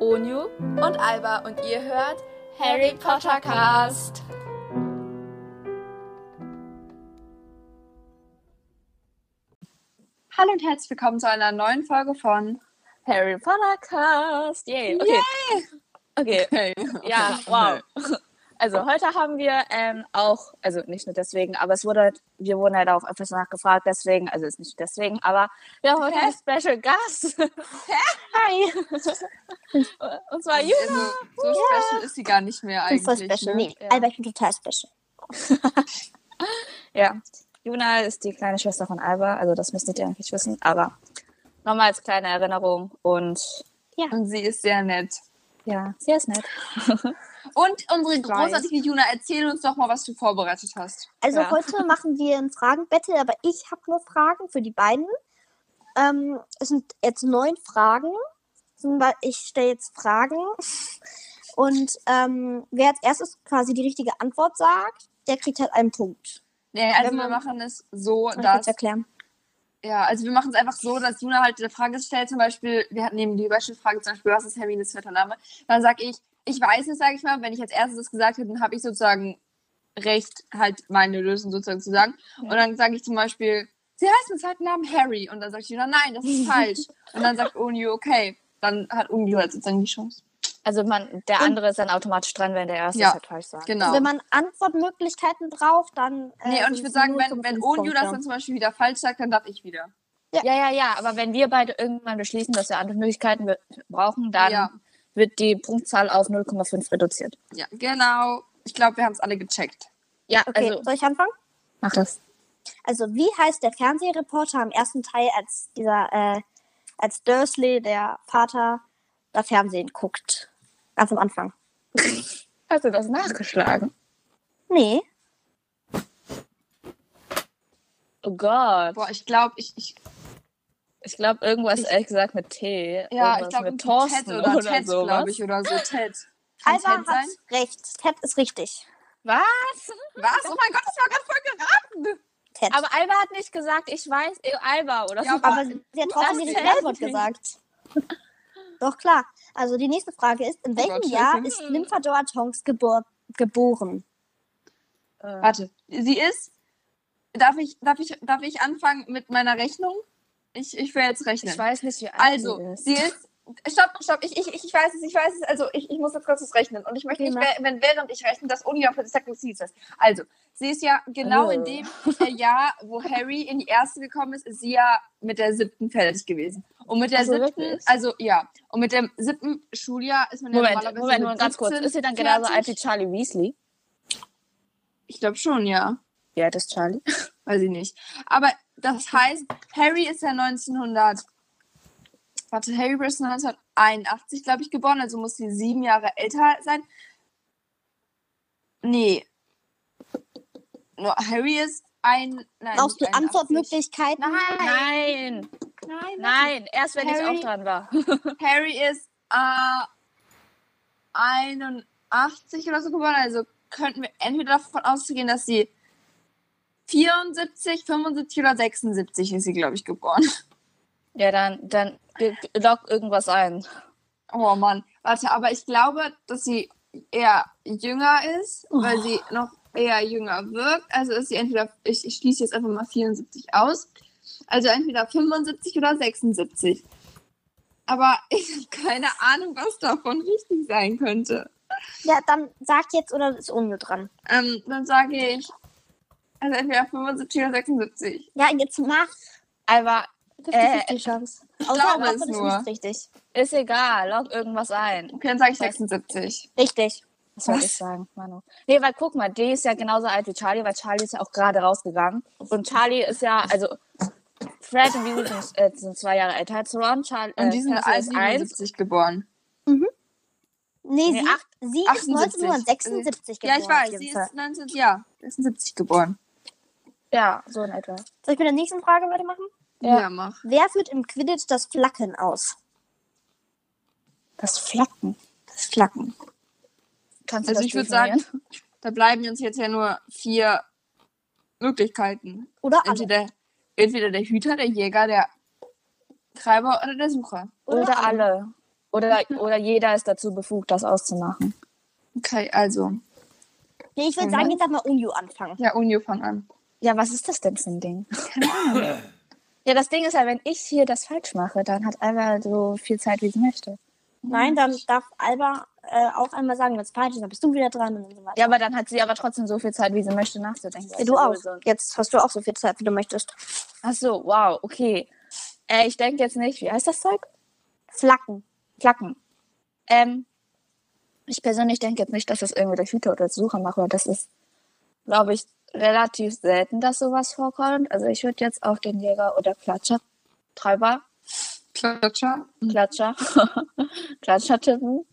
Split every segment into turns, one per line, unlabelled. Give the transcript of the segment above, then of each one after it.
Onyu und Alba und ihr hört Harry Potter Cast. Hallo und herzlich willkommen zu einer neuen Folge von
Harry Potter Cast. Yay. Okay. Okay.
Hey.
Ja, wow. Also heute haben wir ähm, auch, also nicht nur deswegen, aber es wurde, halt- wir wurden halt auch öfters nachgefragt, deswegen, also ist nicht deswegen, aber wir haben heute einen Special Gast. Hi. Und zwar Juna.
Also, so special ist sie gar nicht mehr
voll
eigentlich.
special.
Ne?
Nee, aber ich bin total special.
Ja. Juna ist die kleine Schwester von Alba, also das müsstet ihr eigentlich wissen, aber nochmal als kleine Erinnerung und
Und sie ist sehr nett.
ja, sie ist nett.
Und unsere
weiß.
großartige Juna, erzähl uns doch mal, was du vorbereitet hast.
Also
Ja.
heute machen wir ein Fragenbattle, aber ich habe nur Fragen für die beiden. Ähm, es sind jetzt neun Fragen. Zum Be- Ich stelle jetzt Fragen. Und ähm, wer als erstes quasi die richtige Antwort sagt, der kriegt halt einen Punkt.
Nee, also
Wenn
wir
man-
machen es so,
Soll Ähm, ich kurz
dass
erklären.
Ja, also wir machen es einfach so, dass Juna halt eine Frage stellt, zum Beispiel, wir hatten eben die Überschriftfrage, zum Beispiel, was ist Hermines vierter Name? Dann sage ich, ich weiß es, sage ich mal, wenn ich als erstes das gesagt hätte, dann habe ich sozusagen recht, halt meine Lösung sozusagen zu sagen. Und dann sage ich zum Beispiel, sie heißt mit zweiten Namen Harry. Und dann sagt Juna, nein, das ist falsch. Und dann sagt Unio, okay. Dann hat Unio halt sozusagen die Chance.
Also man, der andere ist dann automatisch dran, wenn der erste
Ja.
es halt falsch sagt.
Genau.
Wenn man Antwortmöglichkeiten braucht, dann. äh,
nee, und ich
sind
würde
es
sagen,
null
wenn,
zum
wenn
fünf
Unio das
Punkte.
dann zum Beispiel wieder falsch sagt, dann darf ich wieder.
Ja, ja, ja, aber wenn wir beide irgendwann beschließen, dass wir andere Möglichkeiten wir- brauchen, dann
Ja.
wird die Punktzahl auf 0,5 reduziert.
Ja, genau. Ich glaube, wir haben es alle gecheckt.
Ja,
Okay,
also
soll ich anfangen?
mach das.
Also, wie heißt der Fernsehreporter im ersten Teil, als dieser, äh, als Dursley, der Vater, da Fernsehen guckt? Ganz am Anfang.
Hast du das nachgeschlagen?
Nee.
Oh Gott.
Boah, ich glaube, ich, ich,
Ich glaube, irgendwas ehrlich gesagt mit T.
Ja, ich
Irgendwas
glaube
mit Thorsten
Ted
oder,
oder, Ted,
sowas.
glaube ich, oder so Ted. Kann
Alba
Ted sein?
hat recht. Ted ist richtig.
Was?
Was? Oh mein Gott, das war gerade voll geraten.
Ted. Aber,
Aber Alba hat nicht gesagt, ich weiß, eh, Alba oder
Ja,
so.
aber-
sie hat trotzdem
Das
die richtige
Ted.
Antwort gesagt. Doch klar. Also die nächste Frage ist, in
Oh Gott,
welchem Jahr
Schrecken.
ist Nymphadora Tonks gebor geboren?
Äh,
Warte, sie ist. Darf ich, darf ich, darf ich anfangen mit meiner Rechnung? Ich, ich will jetzt rechnen.
Ich weiß nicht, wie alt
also,
sie
sie ist. Stopp, stopp, ich, ich, ich weiß es, ich weiß es. Also, ich, ich muss jetzt kurz was rechnen. Und ich möchte
Okay,
nicht,
mach.
wer- wenn während ich rechne, dass Uni auf Second Seas ist. Also, sie ist ja genau in
Oh.
dem äh, Jahr, wo Harry in die erste gekommen ist, ist sie ja mit der siebten fertig gewesen. Und mit der
Also
siebten,
wirklich?
also ja, und mit dem siebten Schuljahr ist man ja
Moment,
normalerweise
Moment,
mit
Moment, ganz kurz.
17
Ist sie dann genauso alt wie
fertig.
Charlie Weasley?
Ich glaube schon, ja.
Wie alt ist Charlie?
Weiß ich nicht. Aber das heißt, Harry ist ja 1900. Warte, Harry ist 1981, glaube ich, geboren, also muss sie sieben Jahre älter sein. Nee. Nur Harry ist ein. Nein,
Brauchst du
nicht 81.
Antwortmöglichkeiten?
Nein,
Nein,
nein,
nein, erst wenn
Harry-
ich auch dran war.
Harry ist äh, 81 oder so geboren, also könnten wir entweder davon ausgehen, dass sie 74, 75 oder 76 ist sie, glaube ich, geboren.
Ja, dann, dann ge- ge- log irgendwas ein.
Oh Mann, warte, aber ich glaube, dass sie eher jünger ist, weil sie noch eher jünger wirkt. Also ist sie entweder, ich, ich schließe jetzt einfach mal 74 aus, also entweder 75 oder 76. Aber ich habe keine Ahnung, was davon richtig sein könnte.
Ja, dann sag jetzt oder ist Unmut dran.
Ähm, dann sage ich, also entweder 75 oder 76.
Ja, jetzt mach.
Alba, äh,
Chance. Ich
glaube es nur.
Ist nicht richtig.
ist egal, log irgendwas ein.
Okay, dann sage ich 76.
Richtig.
Was soll ich sagen, Manu? Nee, weil guck mal, die ist ja genauso alt wie Charlie, weil Charlie ist ja auch gerade rausgegangen. Und Charlie ist ja, also Fred und Weasley sind, äh, sind zwei Jahre älter als Ron. Charlie, äh,
Und die sind
Percy
alle
ist eins.
77 geboren.
Nee,
Nee,
sie,
acht-
sie ist
78.
1976
Ja,
geboren.
ich weiß,
auf jeden
sie
Fall.
ist 19, ja, 76 geboren.
Ja, so in etwa.
Soll ich mit der nächsten Frage weitermachen?
Ja.
ja mach.
Wer führt im Quidditch das Flacken aus?
Das Flacken.
Das Flacken.
Kannst du
Also
das
ich würd
definieren?
Da bleiben uns jetzt ja nur vier Möglichkeiten.
Oder alle.
Entweder, entweder der Hüter, der Jäger, der Treiber oder der Sucher.
Oder alle. Oder, oder jeder ist dazu befugt, das auszumachen.
Okay, also.
Nee, ich würde
Mhm.
sagen, jetzt einmal Unju anfangen.
Ja, Unio, fang an.
Ja, was ist das denn für ein Ding? ja, das Ding ist ja, wenn ich hier das falsch mache, dann hat Alba so viel Zeit, wie sie möchte.
Nein, dann darf Alba äh, auch einmal sagen, wenn es falsch ist, dann bist du wieder dran und so weiter.
Ja, aber dann hat sie aber trotzdem so viel Zeit, wie sie möchte, nachzudenken. Das
Ja,
ist
du
ja
auch.
wohl so.
Jetzt hast du auch so viel Zeit, wie du möchtest.
Ach so, wow, okay. Äh, ich denke jetzt nicht, wie heißt das Zeug?
Flacken.
Flacken. Ähm, ich persönlich denke jetzt nicht, dass das irgendwie durch Hüter oder Sucher mache, weil das ist, glaube ich, relativ selten, dass sowas vorkommt. Also ich würde jetzt auf den Jäger oder Klatscher, Treiber,
Klatscher.
Klatscher, Klatscher tippen.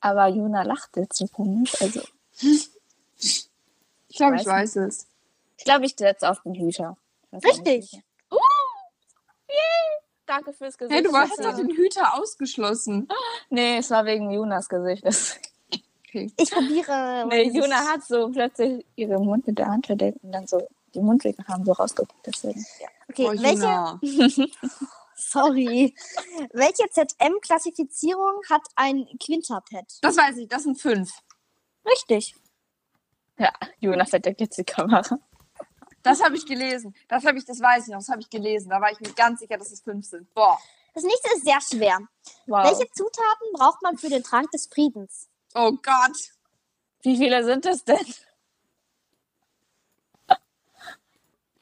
Aber Juna lacht jetzt so komisch. Also
Ich glaube, ich
Ich weiß
weiß es.
ich glaube, ich setze auf den Hüter. Ich weiß auch nicht,
Richtig.
wie- Uh! Yay! Danke fürs Gesicht.
Hey, du warst
schätze.
doch den Hüter ausgeschlossen.
Nee, es war wegen Junas Gesicht. Das
Ich probiere.
nee, Juna hat so plötzlich ihre Mund mit der Hand verdeckt und dann so die Mundwinkel haben so rausgeguckt. Deswegen.
Okay,
oh,
welche,
Juna.
sorry. Welche ZM-Klassifizierung hat ein Quintapet?
Das weiß ich, das sind fünf.
Richtig.
Juna verdeckt jetzt die Kamera.
Das habe ich gelesen. Das habe ich, das weiß ich noch, das habe ich gelesen. Da war ich mir ganz sicher, dass es fünf sind. Boah.
Das nächste ist sehr schwer.
Wow.
Welche Zutaten braucht man für den Trank des Friedens?
Oh Gott.
Wie viele sind es denn?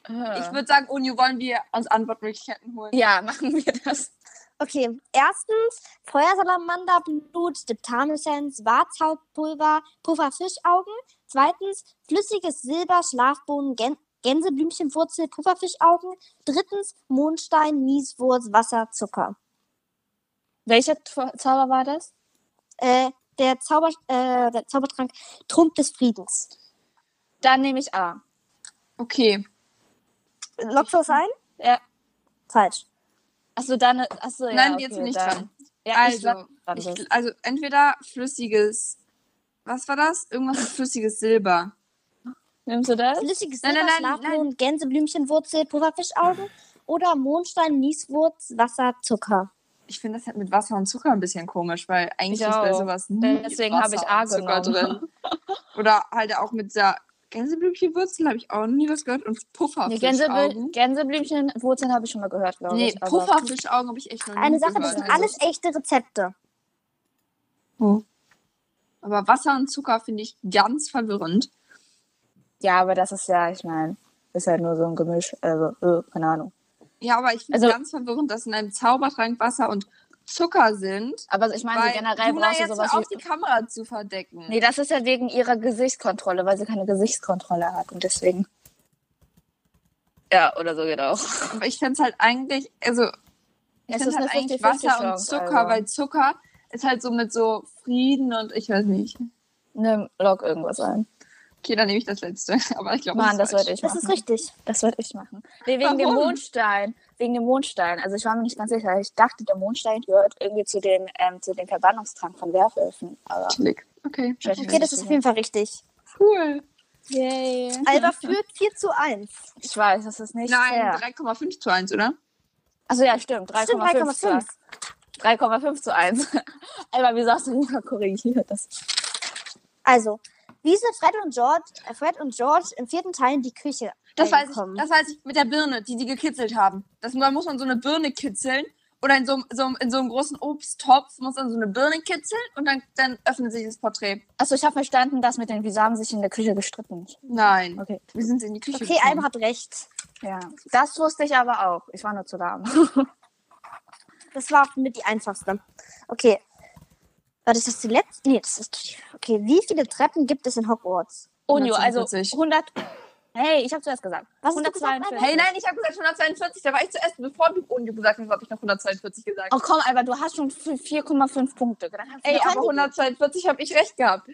Ich würde sagen, Unio, wollen wir uns Antwortmöglichkeiten holen?
Äh, ja, machen wir das.
Okay, erstens Feuersalamanderblut, Diptanessenz, Warzhautpulver, Pufferfischaugen. Zweitens flüssiges Silber, Schlafbohnen, Gän Gänseblümchenwurzel, Pufferfischaugen. Drittens Mondstein, Nieswurz, Wasser, Zucker.
Welcher Zau- Zauber war das?
Äh, der, Zauber äh, der Zaubertrank Trunk des Friedens.
Dann nehme ich A.
Okay.
Lockst du das ein?
Ja.
Falsch.
Achso, dann. Achso, ja,
Nein,
okay,
jetzt bin ich
dann.
dran.
Ja, ich
Also,
glaub, dran
ich,
bist.
gl- also entweder flüssiges, was war das? Irgendwas mit flüssiges Silber.
Nimmst du das?
Flüssiges
Nein,
Silber,
nein, nein,
Schlafbohnen, Gänseblümchenwurzel, Pufferfischaugen oder Mondstein, Nieswurz, Wasser, Zucker.
Ich finde das halt mit Wasser und Zucker ein bisschen komisch, weil eigentlich
Ich
ist bei
auch.
sowas nie
Äh, deswegen habe
Wasser
ich A
und Zucker
genommen.
drin. Oder halt auch mit der Gänseblümchenwurzel habe ich auch nie was gehört und
Nee,
Pufferfischaugen.
Gänseblü Gänseblümchen, Wurzeln habe ich schon mal gehört, glaube
Nee,
ich. aber-
Pufferfischaugen habe ich echt noch nie
Eine Sache,
gehört.
das sind
Also-
alles echte Rezepte.
Aber Wasser und Zucker finde ich ganz verwirrend.
Ja, aber das ist ja, ich meine, ist halt nur so ein Gemisch. Also, äh, keine Ahnung.
Ja, aber ich finde es
Also-
ganz verwirrend, dass in einem Zaubertrank Wasser und Zucker sind.
Aber ich meine,
weil
so generell
Juna
brauchst du
jetzt
sowas
hör auf,
wie.
die Kamera zu verdecken.
Nee, das ist ja wegen ihrer Gesichtskontrolle, weil sie keine Gesichtskontrolle hat und deswegen. Ja, oder so geht auch.
Aber ich fände es halt eigentlich, also ich
Es
finde
ist
halt
eine 50-50
eigentlich Wasser und
Chance,
Zucker,
also.
weil Zucker ist halt so mit so Frieden und ich weiß nicht.
Nimm, log irgendwas ein.
Okay, dann nehme ich das letzte. Aber ich glaube,
Mann, das
wird
würde ich
Das
machen.
ist richtig.
Das würde ich machen. Nee, wegen dem
Warum?
Mondstein. Wegen dem Mondstein. Also ich war mir nicht ganz sicher. Ich dachte, der Mondstein gehört irgendwie zu dem, ähm, zu dem Verbannungstrank von Werwölfen. Aber
Klick. Okay,
Schlecht.
Okay, das ist auf jeden Fall richtig.
cool.
yay.
Alba führt 4 zu 1.
Ich weiß, das ist nicht
Nein,
fair.
3,5 zu 1, oder?
Also ja, stimmt. 3,5 zu 1. 3,5 zu 1. Alba, wieso hast du mich mal korrigiert? Das
Also, wie sind Fred und George, äh, Fred und George im vierten Teil in die Küche
Das weiß, ich,
eingekommen?
das weiß ich mit der Birne, die die gekitzelt haben. Das, da muss man so eine Birne kitzeln oder in so, einem- so, einem- in so einem großen Obsttopf muss man so eine Birne kitzeln und dann, dann öffnet sich das Porträt.
Achso, ich habe verstanden, dass mit den, wieso haben sich in der Küche gestritten?
Nein,
Okay.
wir sind in die Küche.
Okay,
gekommen.
Alba hat recht.
Ja. Das wusste ich aber auch. Ich war nur zu lahm.
Das war mit die einfachste. Okay. War das jetzt die letzte? Nee, das ist die. Okay, wie viele Treppen gibt es in Hogwarts?
Unio, also
147.
100. Hey, ich habe zuerst gesagt.
Was hast du gesagt, Alba?
142.
Hey, nein, ich habe gesagt 142. Da war ich zuerst, bevor du oh, Unju gesagt hast, habe ich noch 142 gesagt.
Oh komm, Alba, du hast schon f- 4,5 Punkte. Dann hast du-
Ey,
wir können
aber
die-
142 habe ich recht gehabt.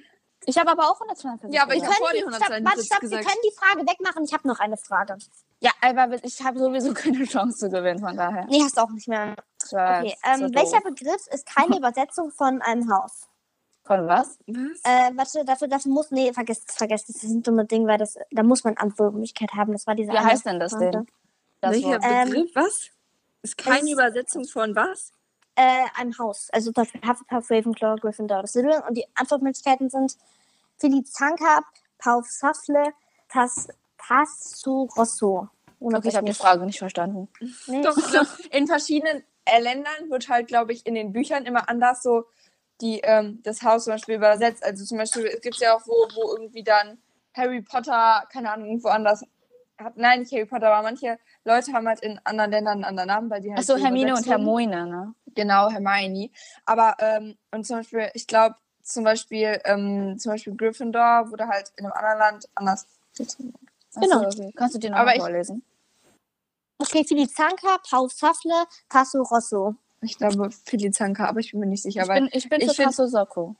Ich habe aber auch 142.
Ja, aber ich
gesagt.
habe vor die
die, stopp, warte,
172
stopp, wir
gesagt.
können die Frage wegmachen. Ich habe noch eine Frage.
Ja, Alba, ich habe sowieso keine Chance zu gewinnen, von daher.
Nee, hast du auch nicht mehr.
Ich war
Okay,
so
ähm,
doof.
welcher Begriff ist keine Übersetzung von einem Haus?
Von was?
Was?
Äh, warte, dafür, dafür muss, nee, vergesst es, vergesst es, das ist ein dummes Ding, weil das, da muss man Antwortmöglichkeit haben, das war diese
Wie
eine
heißt denn das
Frage.
Ding? Das
Welcher
Wort.
Ähm,
Begriff? Was? Ist keine
es-
Übersetzung von was?
äh, einem Haus. Also zum Beispiel Hufflepuff, Ravenclaw, Gryffindor, das Silberling. Und die Antwortmöglichkeiten sind Felizanka, Pauf Safle, Tas, Tasso Rosso. Ohne
Okay, ich habe die
Rechnung.
Frage nicht verstanden.
Nee.
Doch, ich glaub, in verschiedenen äh, Ländern wird halt, glaube ich, in den Büchern immer anders so die, ähm, das Haus zum Beispiel übersetzt. Also zum Beispiel, es gibt ja auch wo, wo irgendwie dann Harry Potter, keine Ahnung, irgendwo anders. Hat, nein, nicht Harry Potter, aber manche Leute haben halt in anderen Ländern einen anderen Namen, weil die halt.
Achso, Hermine und
übersetzt wurden.
Hermine, ne?
Genau, Hermione. Aber, ähm, und zum Beispiel, ich glaube, zum Beispiel, ähm, zum Beispiel Gryffindor wurde halt in einem anderen Land anders.
Genau.
Genau.
Okay. Kannst du die
Aber
nochmal
ich-
vorlesen?
Okay, Felizanka, Pauf Safle, Tasso Rosso.
Ich glaube, Felizanka, aber ich bin mir nicht sicher.
ich
weil-
bin, ich bin
ich
für
find-
Tasso Socco.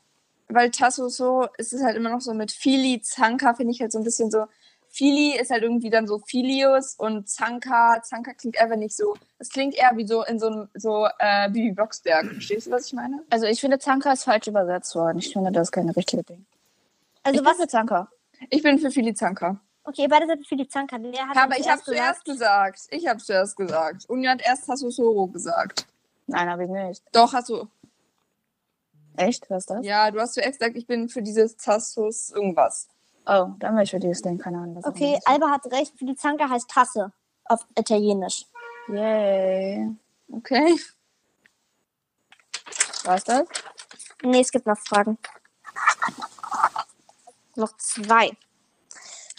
weil Tasso so, es ist halt immer noch so mit Fili, Zanka finde ich halt so ein bisschen so, Fili ist halt irgendwie dann so Filius und Zanka, Zanka klingt einfach nicht so, es klingt eher wie so in so einem, so äh, Bibi Blocksberg, verstehst du, was ich meine?
Also ich finde, Zanka ist falsch übersetzt worden. Ich finde, das ist kein richtiges Ding.
Also
ich
was?
bin für Zanka.
Ich bin für Fili Zanka.
Okay, beide sind Felizanka. Wer hat
Aber
als
ich habe
erstes
zuerst gesagt, ich habe zuerst gesagt. Und mir hat erst Tasso Soro gesagt.
Nein, habe ich nicht.
Doch, hast du,
Echt? Was ist das?
ja, du hast zuerst gesagt, ich bin für dieses Tassos irgendwas.
Oh, dann bin ich für dieses Ding. Keine Ahnung. Was auch
Okay,
immer
Alba hat recht. Felizanka heißt Tasse auf Italienisch.
das ist. Yay.
Okay.
Was ist das?
Nee, es gibt noch Fragen. Noch zwei.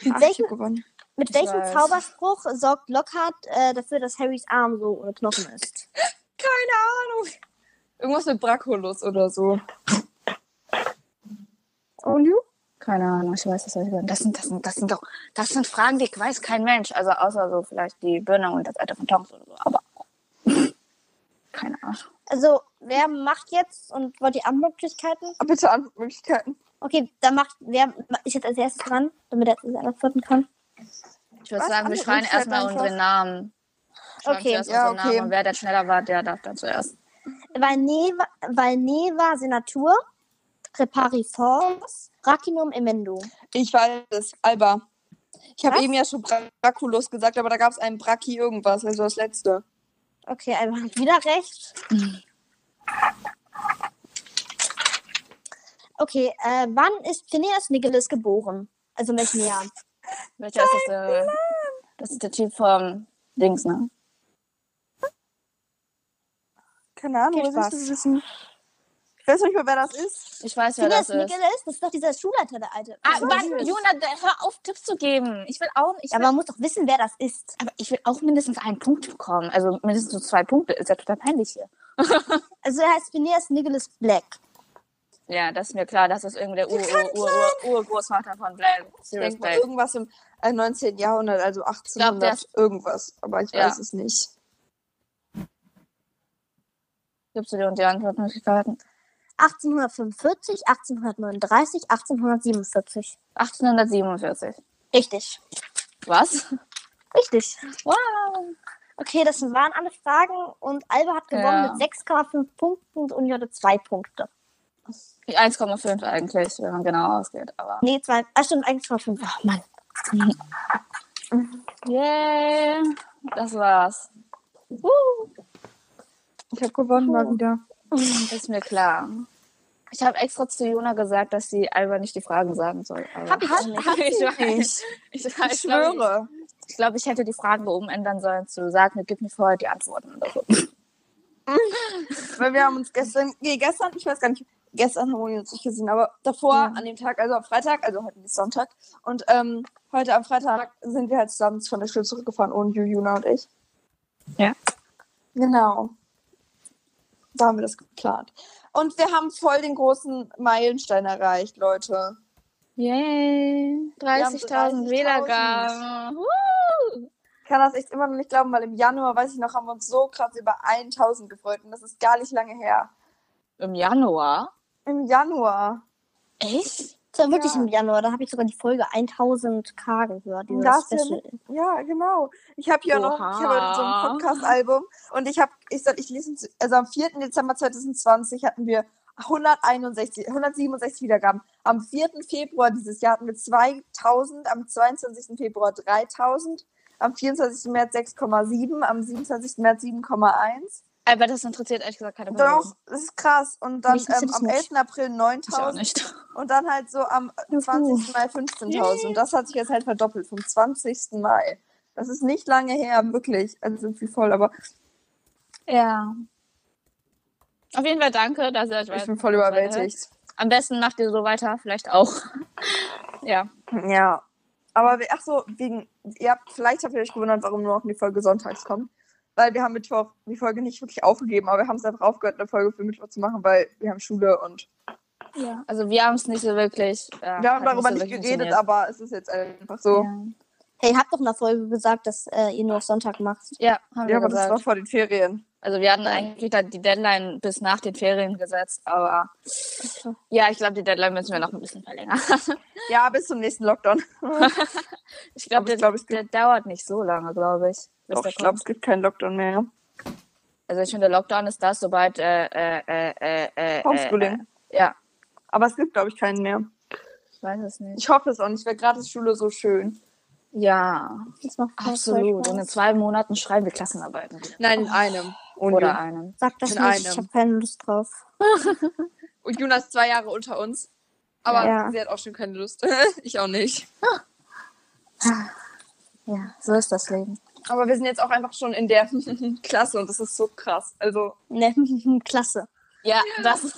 Mit,
Ach, ich
welchem,
hab gewonnen.
mit
ich
welchem
weiß.
Zauberspruch sorgt Lockhart äh, dafür, dass Harrys Arm so ohne Knochen ist?
Irgendwas mit Braculus oder so.
Und du?
Keine Ahnung, ich weiß das nicht. Das sind, das sind, das sind doch, das sind Fragen, die weiß kein Mensch. Also außer so vielleicht die Birne und das Alter von Tonks oder so. Aber keine Ahnung.
Also, wer macht jetzt und wollt ihr Antwortmöglichkeiten?
Ah, Bitte Antwortmöglichkeiten.
Okay, dann macht, wer ist jetzt als erstes dran, damit er es antworten kann?
Ich würde
Was?
sagen, wir
Andere
schreien
Möglichkeit
erstmal
einfach?
unsere Namen. Schreiben
Okay,
zuerst
ja,
unsere Namen
okay.
Und wer der schneller war, der darf dann zuerst.
Valneva, Valneva Senatur, Repariforms, Racinum Emendo.
Ich weiß es, Alba. Ich habe
Was?
eben ja schon Bra- Braculus gesagt, aber da gab es einen Braki irgendwas, also das letzte.
Okay, Alba hat wieder recht. Okay, äh, wann ist Phineas Nicholas geboren? Also in welchem Jahr?
Welcher ist das? Der, das ist der Typ vom Dings, ne?
Keine Ahnung,
Viel
was willst du wissen? Ich weiß nicht mehr, wer das ist.
Ich weiß, wer
Phineas
das ist.
Nicholas, das ist doch dieser Schulleiter, der alte.
Ah,
Das
Mann,
ist-
Juna, da- hör auf, Tipps zu geben. Ich will auch, ich
ja,
will,
man muss doch wissen, wer das ist.
aber ich will auch mindestens einen Punkt bekommen. Also mindestens so zwei Punkte. Ist ja total peinlich hier.
Also er heißt Phineas Nicholas Black.
Ja, das ist mir klar, dass das irgendwie der Ur- Ur- Ur- Ur- Urgroßvater von Black
Ich
Sirius
denke mal,
Black.
irgendwas im äh, 19. Jahrhundert, also
glaub,
1800,
der
irgendwas. Aber ich
Ja.
weiß es nicht.
Gibst du dir und die Antwortmöglichkeiten?
1845, 1839, 1847.
1847.
Richtig.
Was?
Richtig.
Wow.
Okay, das waren alle Fragen und Alba hat gewonnen
Ja.
mit 6,5 Punkten und Uni hatte 2 Punkte.
1,5 eigentlich, wenn man genau ausgeht. Aber.
Nee, 2. Ah, stimmt, 1,5. Ach, Mann.
Yay! Das war's.
Ich habe gewonnen mal wieder.
Ist mir klar. Ich habe extra zu Juna gesagt, dass sie Alba nicht die Fragen sagen soll. aber-
Hab ich auch nicht.
Hab ich, weiß.
Ich,
ich, ich, glaub, ich
schwöre.
Ich glaube, ich hätte die Fragen so umändern sollen zu sag mir, gib mir vorher die Antworten oder so.
Weil wir haben uns gestern, nee, gestern, ich weiß gar nicht, gestern haben wir uns nicht gesehen, aber davor
Ja.
an dem Tag, also am Freitag, also heute ist Sonntag. Und ähm, heute am Freitag sind wir halt zusammen von der Schule zurückgefahren, ohne Ju- Juna und ich.
Ja.
Genau. Da haben wir das geplant. Und wir haben voll den großen Meilenstein erreicht, Leute.
Yay!
Wir haben
30.000
30.000.
Wiedergaben. Huh.
Ich kann das echt immer noch nicht glauben, weil im Januar, weiß ich noch, haben wir uns so krass über 1000 gefreut und das ist gar nicht lange her.
Im Januar?
Im Januar.
Echt?
Das war wirklich
Ja.
im Januar, da habe ich sogar die Folge 1000k gehört. dieses
Das sind-
Special.
Ja, genau. Ich habe hier noch, ich habe so
Oha.
ein Podcast-Album und ich habe, ich sag, ich lese, uns- also am 4. Dezember 2020 hatten wir 161, 167 Wiedergaben. Am 4. Februar dieses Jahr hatten wir 2000, am 22. Februar 3000, am 24. März 6,7, am 27. März 7,1,
Aber das interessiert ehrlich gesagt keine
Doch, das ist krass. Und dann
Mich
ähm,
interessiert
am
das
11. April
Ich auch
9000
nicht.
und dann halt so am 20. Mai 15.000. Und das hat sich jetzt halt verdoppelt vom 20. Mai. Das ist nicht lange her, wirklich. Also irgendwie voll, aber
Ja. Auf jeden Fall danke, dass ihr euch
ich
weiter-
bin voll überwältigt.
Am besten macht ihr so weiter, vielleicht auch. ja.
Ja. Aber wir- ach so, wegen, ihr habt, vielleicht habt ihr euch gewundert, warum nur noch die Folge sonntags kommt. Weil wir haben Mittwoch die Folge nicht wirklich aufgegeben, aber wir haben es einfach aufgehört, eine Folge für Mittwoch zu machen, weil wir haben Schule und
ja. Also wir haben es nicht so wirklich. äh,
wir
hat
haben darüber
so
nicht
wirklich
geredet,
funktioniert.
aber es ist jetzt einfach so.
Ja.
Hey, ihr habt doch in der Folge gesagt, dass äh, ihr nur auf Sonntag macht.
Ja, haben
Ja,
wir
aber das war
gesagt.
vor den Ferien.
Also wir hatten eigentlich dann die Deadline bis nach den Ferien gesetzt, aber ja, ich glaube, die Deadline müssen wir noch ein bisschen verlängern.
Ja, bis zum nächsten Lockdown.
Ich
Aber
glaube, der,
ich glaube, es
der dauert nicht so lange, glaube ich. bis
Doch,
der
ich glaube,
kommt.
es gibt keinen Lockdown mehr.
Also ich finde, Lockdown ist das, sobald äh, äh, äh, äh, äh,
Homeschooling.
Äh, ja,
Aber es gibt, glaube ich, keinen mehr.
ich weiß es nicht.
Ich hoffe es auch nicht, weil gerade ist Schule so schön.
Ja,
Das macht voll
absolut.
Spaß.
Und in zwei Monaten schreiben wir Klassenarbeiten.
Nein, in einem. Und
Oder einem.
Sag das
In
nicht, ich
einem.
habe keine Lust drauf.
Und Juna ist zwei Jahre unter uns. Aber
Ja.
sie hat auch schon keine Lust. ich auch nicht.
Ja, so ist das Leben.
Aber wir sind jetzt auch einfach schon in der Klasse und das ist so krass. Also,
Ne, klasse.
Ja, das.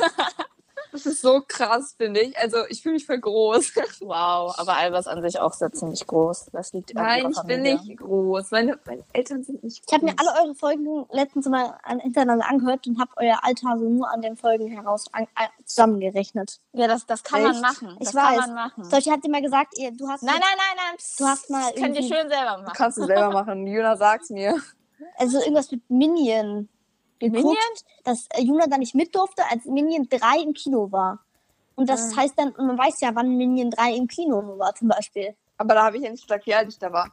das ist so krass, finde ich. Also, ich fühle mich voll groß.
Wow, aber Alba ist an sich auch sehr ziemlich groß. Das liegt an
Nein,
ihrer
ich bin
Familie.
nicht groß. Meine, meine Eltern sind nicht
Ich habe mir alle eure Folgen letztens mal an hintereinander angehört und habe euer Alter so nur an den Folgen heraus an, an, zusammengerechnet.
Ja, das, das kann man
Echt?
machen. Das
Ich
kann
weiß.
man machen.
Solche hat dir mal gesagt, ihr, du hast.
Nein, nein, nein, nein.
Du hast mal
Das könnt ihr
irgendwie-
schön selber
Du
machen.
kannst es selber machen. Juna sagt's mir.
Also irgendwas mit Minion geguckt,
Minion?
dass äh, Juna da nicht mit durfte, als Minion 3 im Kino war. Und
Ah.
das heißt dann, man weiß ja, wann Minion 3 im Kino war, zum Beispiel.
Aber da habe ich ja nicht gesagt, wie alt ich da war.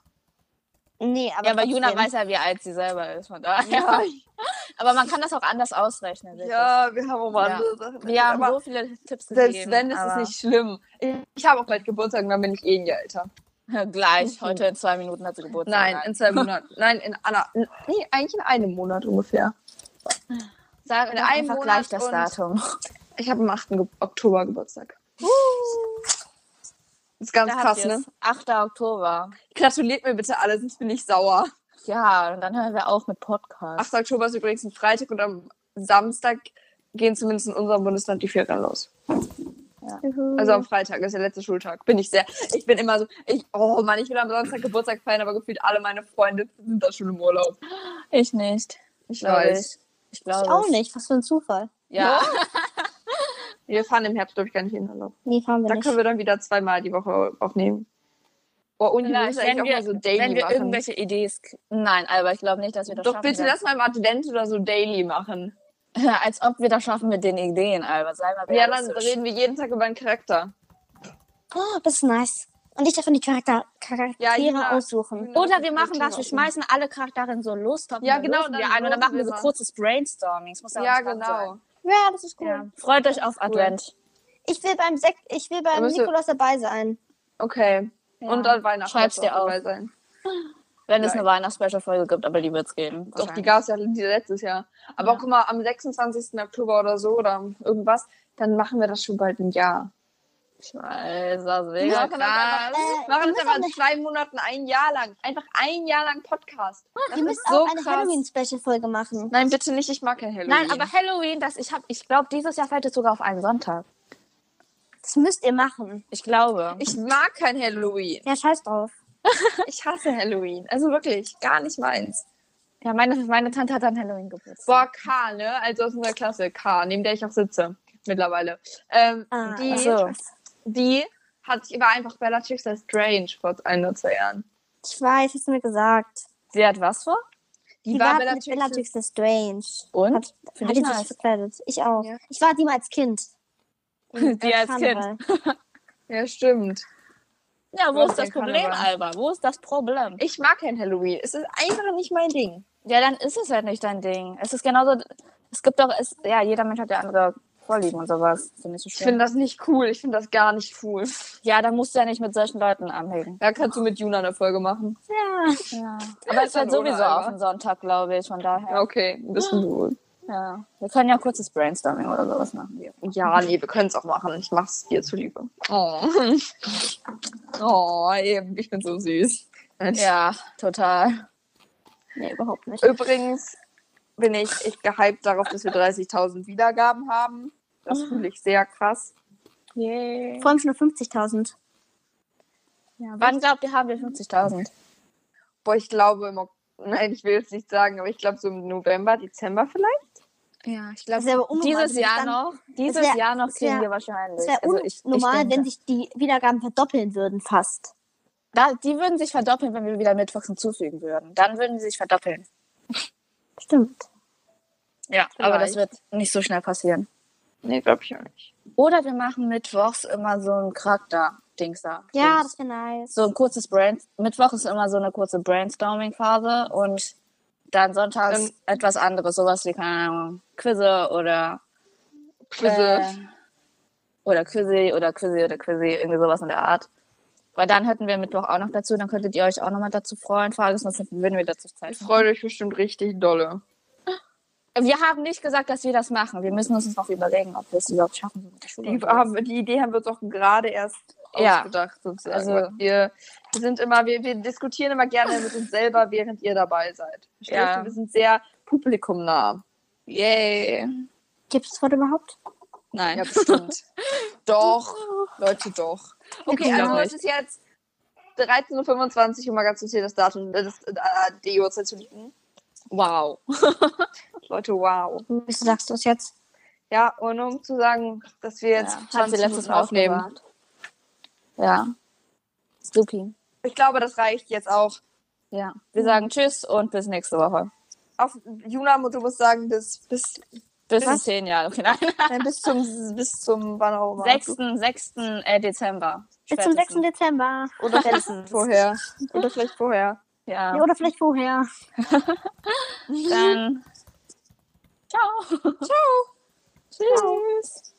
Nee, aber.
Ja, aber
trotzdem.
Juna weiß ja, wie alt sie selber ist. Von daher. Aber man kann das auch anders ausrechnen. wirklich.
Ja, wir haben auch mal
Ja.
andere Sachen.
Wir haben
aber
so viele Tipps
selbst
gegeben.
wenn, ist es
aber-
nicht schlimm. Ich, ich habe auch bald Geburtstag und dann bin ich eh ein Jahr älter.
Gleich, heute in zwei Minuten hat sie Geburtstag.
Nein, in zwei Monaten. Nein, in einer. Nee, eigentlich in einem Monat ungefähr.
Sag
in
doch
einem
einfach gleich
Monat
das
und-
Datum.
Ich habe am 8. Ge Oktober Geburtstag. ist ganz
Da habt
krass,
ihr's.
ne?
8. Oktober.
Gratuliert mir bitte alle, sonst bin ich sauer.
Ja, und dann hören wir auf mit Podcast.
8. Oktober ist übrigens ein Freitag und am Samstag gehen zumindest in unserem Bundesland die Ferien los.
Mhm.
Also am Freitag ist der letzte Schultag. Bin ich sehr. Ich bin immer so. Ich, oh Mann, ich will am Sonntag Geburtstag feiern, aber gefühlt alle meine Freunde sind da schon im Urlaub.
Ich nicht.
Ich
glaub
weiß.
Ich, ich glaube
Ich auch
es.
nicht, was für ein Zufall.
Ja.
Wir fahren im Herbst, glaube ich, gar nicht in den Urlaub.
Nee, fahren wir
Da
nicht.
können wir dann wieder zweimal die Woche aufnehmen. Oh, und wir
Vielleicht,
müssen eigentlich
Genau, wenn
auch
wir,
mal so daily
wenn wir
machen.
irgendwelche Ideen. Nein, aber ich glaube nicht, dass wir das
Doch
schaffen.
bitte lass mal im Advent oder so daily machen.
werden. Als ob wir das schaffen mit den Ideen, Alba. Sei mal
Ja, dann
realistisch.
reden wir jeden Tag über einen Charakter.
Oh, das ist nice. Und ich darf mir die Charakter
Ja,
Charaktere
Juna-
aussuchen.
Oder wir machen das, wir schmeißen alle Charaktere in so einen Lostopf. und
Ja,
dann
genau,
lösen wir
dann
ein und dann
losen
machen wir
wir
so
mal.
kurzes Brainstorming. Das muss ja,
Ja,
auch spannend
genau.
Sein.
Ja, das ist cool.
Ja. Freut euch auf Advent.
Ich will beim Sek ich will beim
müssen wir-
Nikolaus dabei sein.
Okay.
Ja.
Und dann Weihnachten.
Schreib's
muss auch
dir auf.
dabei sein.
Wenn es eine Weihnachts-Special-Folge gibt, aber die wird es geben.
Doch, die gab es ja die letztes Jahr. Aber guck mal, am 26. Oktober oder so oder irgendwas, dann machen wir das schon bald ein Jahr.
Ich weiß, das ist mega
Wir machen das
krass.
einfach,
Äh,
machen
wir
das
müssen
einfach
auch
in
eine-
zwei Monaten ein Jahr lang. Einfach ein Jahr lang Podcast.
Ah,
Das
Wir müssen
ist so
auch eine
krass.
Halloween-Special-Folge machen.
Nein, bitte nicht, ich mag kein Halloween.
Nein, aber Halloween, das ich habe, ich glaube, dieses Jahr fällt es sogar auf einen Sonntag.
Das müsst ihr machen.
Ich glaube.
ich mag kein Halloween.
Ja, scheiß drauf.
Ich hasse Halloween. Also wirklich, gar nicht meins.
ja, meine, meine Tante hat an Halloween Geburtstag.
Boah, K, ne? Also aus unserer Klasse, K, neben der ich auch sitze mittlerweile. Ähm,
Ah,
die,
Ach so.
die hat sich über einfach Bellatrix als Strange vor ein oder zwei Jahren.
Ich weiß, hast du mir gesagt.
Sie hat was vor?
Die,
Die,
war,
war, mit
Bellatrix.
Bellatrix the Strange.
Und?
Hat,
Find
hat
ich
die sich
nice.
verkleidet. Ich auch.
Ja.
Ich war die mal als Kind. äh,
Die als Kind.
Karneval.
Ja, stimmt.
Ja, wo
Was
ist das
denn
Problem,
Karneval?
Alba? Wo ist das Problem?
Ich mag kein Halloween. Es ist einfach nicht mein Ding.
Ja, dann ist es halt nicht dein Ding. Es ist genauso, es gibt doch, es, ja, jeder Mensch hat ja andere Vorlieben und sowas. Finde ich so
Ich
schön.
finde das nicht cool. Ich finde das gar nicht cool.
ja, da musst du ja nicht mit solchen Leuten anhängen.
Da kannst du mit Juna eine Folge machen.
Ja.
Ja. Aber es
Dann
wird sowieso
ohne,
auf
aber.
den Sonntag, glaube ich. Von daher.
Ja, okay. Ein
Ah.
bisschen wohl.
Ja. Wir können ja ein kurzes Brainstorming oder sowas machen. Wir.
Ja, nee, wir können es auch machen. Ich mach's dir zuliebe. Oh. Oh, eben. Ich bin so süß.
Ja, total.
Nee, überhaupt nicht.
Übrigens bin ich echt gehypt darauf, dass wir 30.000 Wiedergaben haben.
Oh.
Das fühle ich sehr krass.
Yay.
Vor allem schon 50.000.
Wann glaubt ihr, haben wir 50.000?
Boah, ich glaube im Ok- Nein, ich will jetzt nicht sagen, aber ich glaube so im November, Dezember vielleicht.
Ja, ich
Das wäre aber unnormal. also
Dieses Jahr noch. Dieses
wär-
Jahr noch
es
kriegen
wär-
wir wahrscheinlich.
Es wäre
Also ich, ich
unnormal,
denke-
wenn sich die Wiedergaben verdoppeln würden, fast.
Da, die würden sich verdoppeln, wenn wir wieder Mittwochs hinzufügen würden. Dann würden sie sich verdoppeln.
Stimmt.
Ja, aber das wird nicht so schnell passieren.
Nee, glaube ich auch nicht.
Oder wir machen Mittwochs immer so ein Charakter-Dings da.
Ja, das wäre nice.
So ein kurzes Brain. Mittwoch ist immer so eine kurze Brainstorming-Phase und dann sonntags
Dann-
etwas anderes, sowas wie, keine Ahnung, Quizze oder.
Quizze.
Äh, oder Quizze oder Quizze oder Quizze, irgendwie sowas in der Art. Weil dann hätten wir Mittwoch auch noch dazu, dann könntet ihr euch auch nochmal dazu freuen. Frage sonst würden wir dazu Zeit. finden.
Freut euch bestimmt richtig dolle.
Wir haben nicht gesagt, dass wir das machen. Wir müssen uns noch überlegen, ob wir es überhaupt schaffen. so mit der Schule
Die,
und so.
haben, die Idee haben wir uns auch gerade erst
Ja.
ausgedacht, sozusagen.
Also-
Also, wir, wir sind immer, wir, wir diskutieren immer gerne mit uns selber, während ihr dabei seid. Versteht
Ja.
ihr? Wir sind sehr publikumnah.
Yay.
Gibt es das Wort überhaupt?
Nein.
Ja, bestimmt. doch, Leute, doch. Okay,
Ich glaub
also
nicht.
es ist jetzt 13.25 Uhr, um mal ganz kurz hier das Datum, äh, das, äh, die Uhrzeit zu liegen.
Wow.
Leute, wow.
Wieso sagst du es jetzt?
Ja, und um zu sagen, dass wir jetzt
ja. Hat sie
20
letztes
Minuten
Mal
aufnehmen.
aufnehmen. Ja. Supi.
Ich glaube, das reicht jetzt auch.
Ja. Wir sagen Tschüss und bis nächste Woche.
Auf, Juna, du musst sagen, bis, bis,
Bis in zehn Jahren. Okay, nein.
nein, bis zum, bis zum, wann auch immer.
6. 6. äh, Dezember.
Bis zum 6.
Spätestens.
Dezember.
Oder vielleicht vorher. Oder vielleicht vorher.
Ja,
Ja.
oder vielleicht vorher.
Dann. Ciao. Ciao. Tschüss.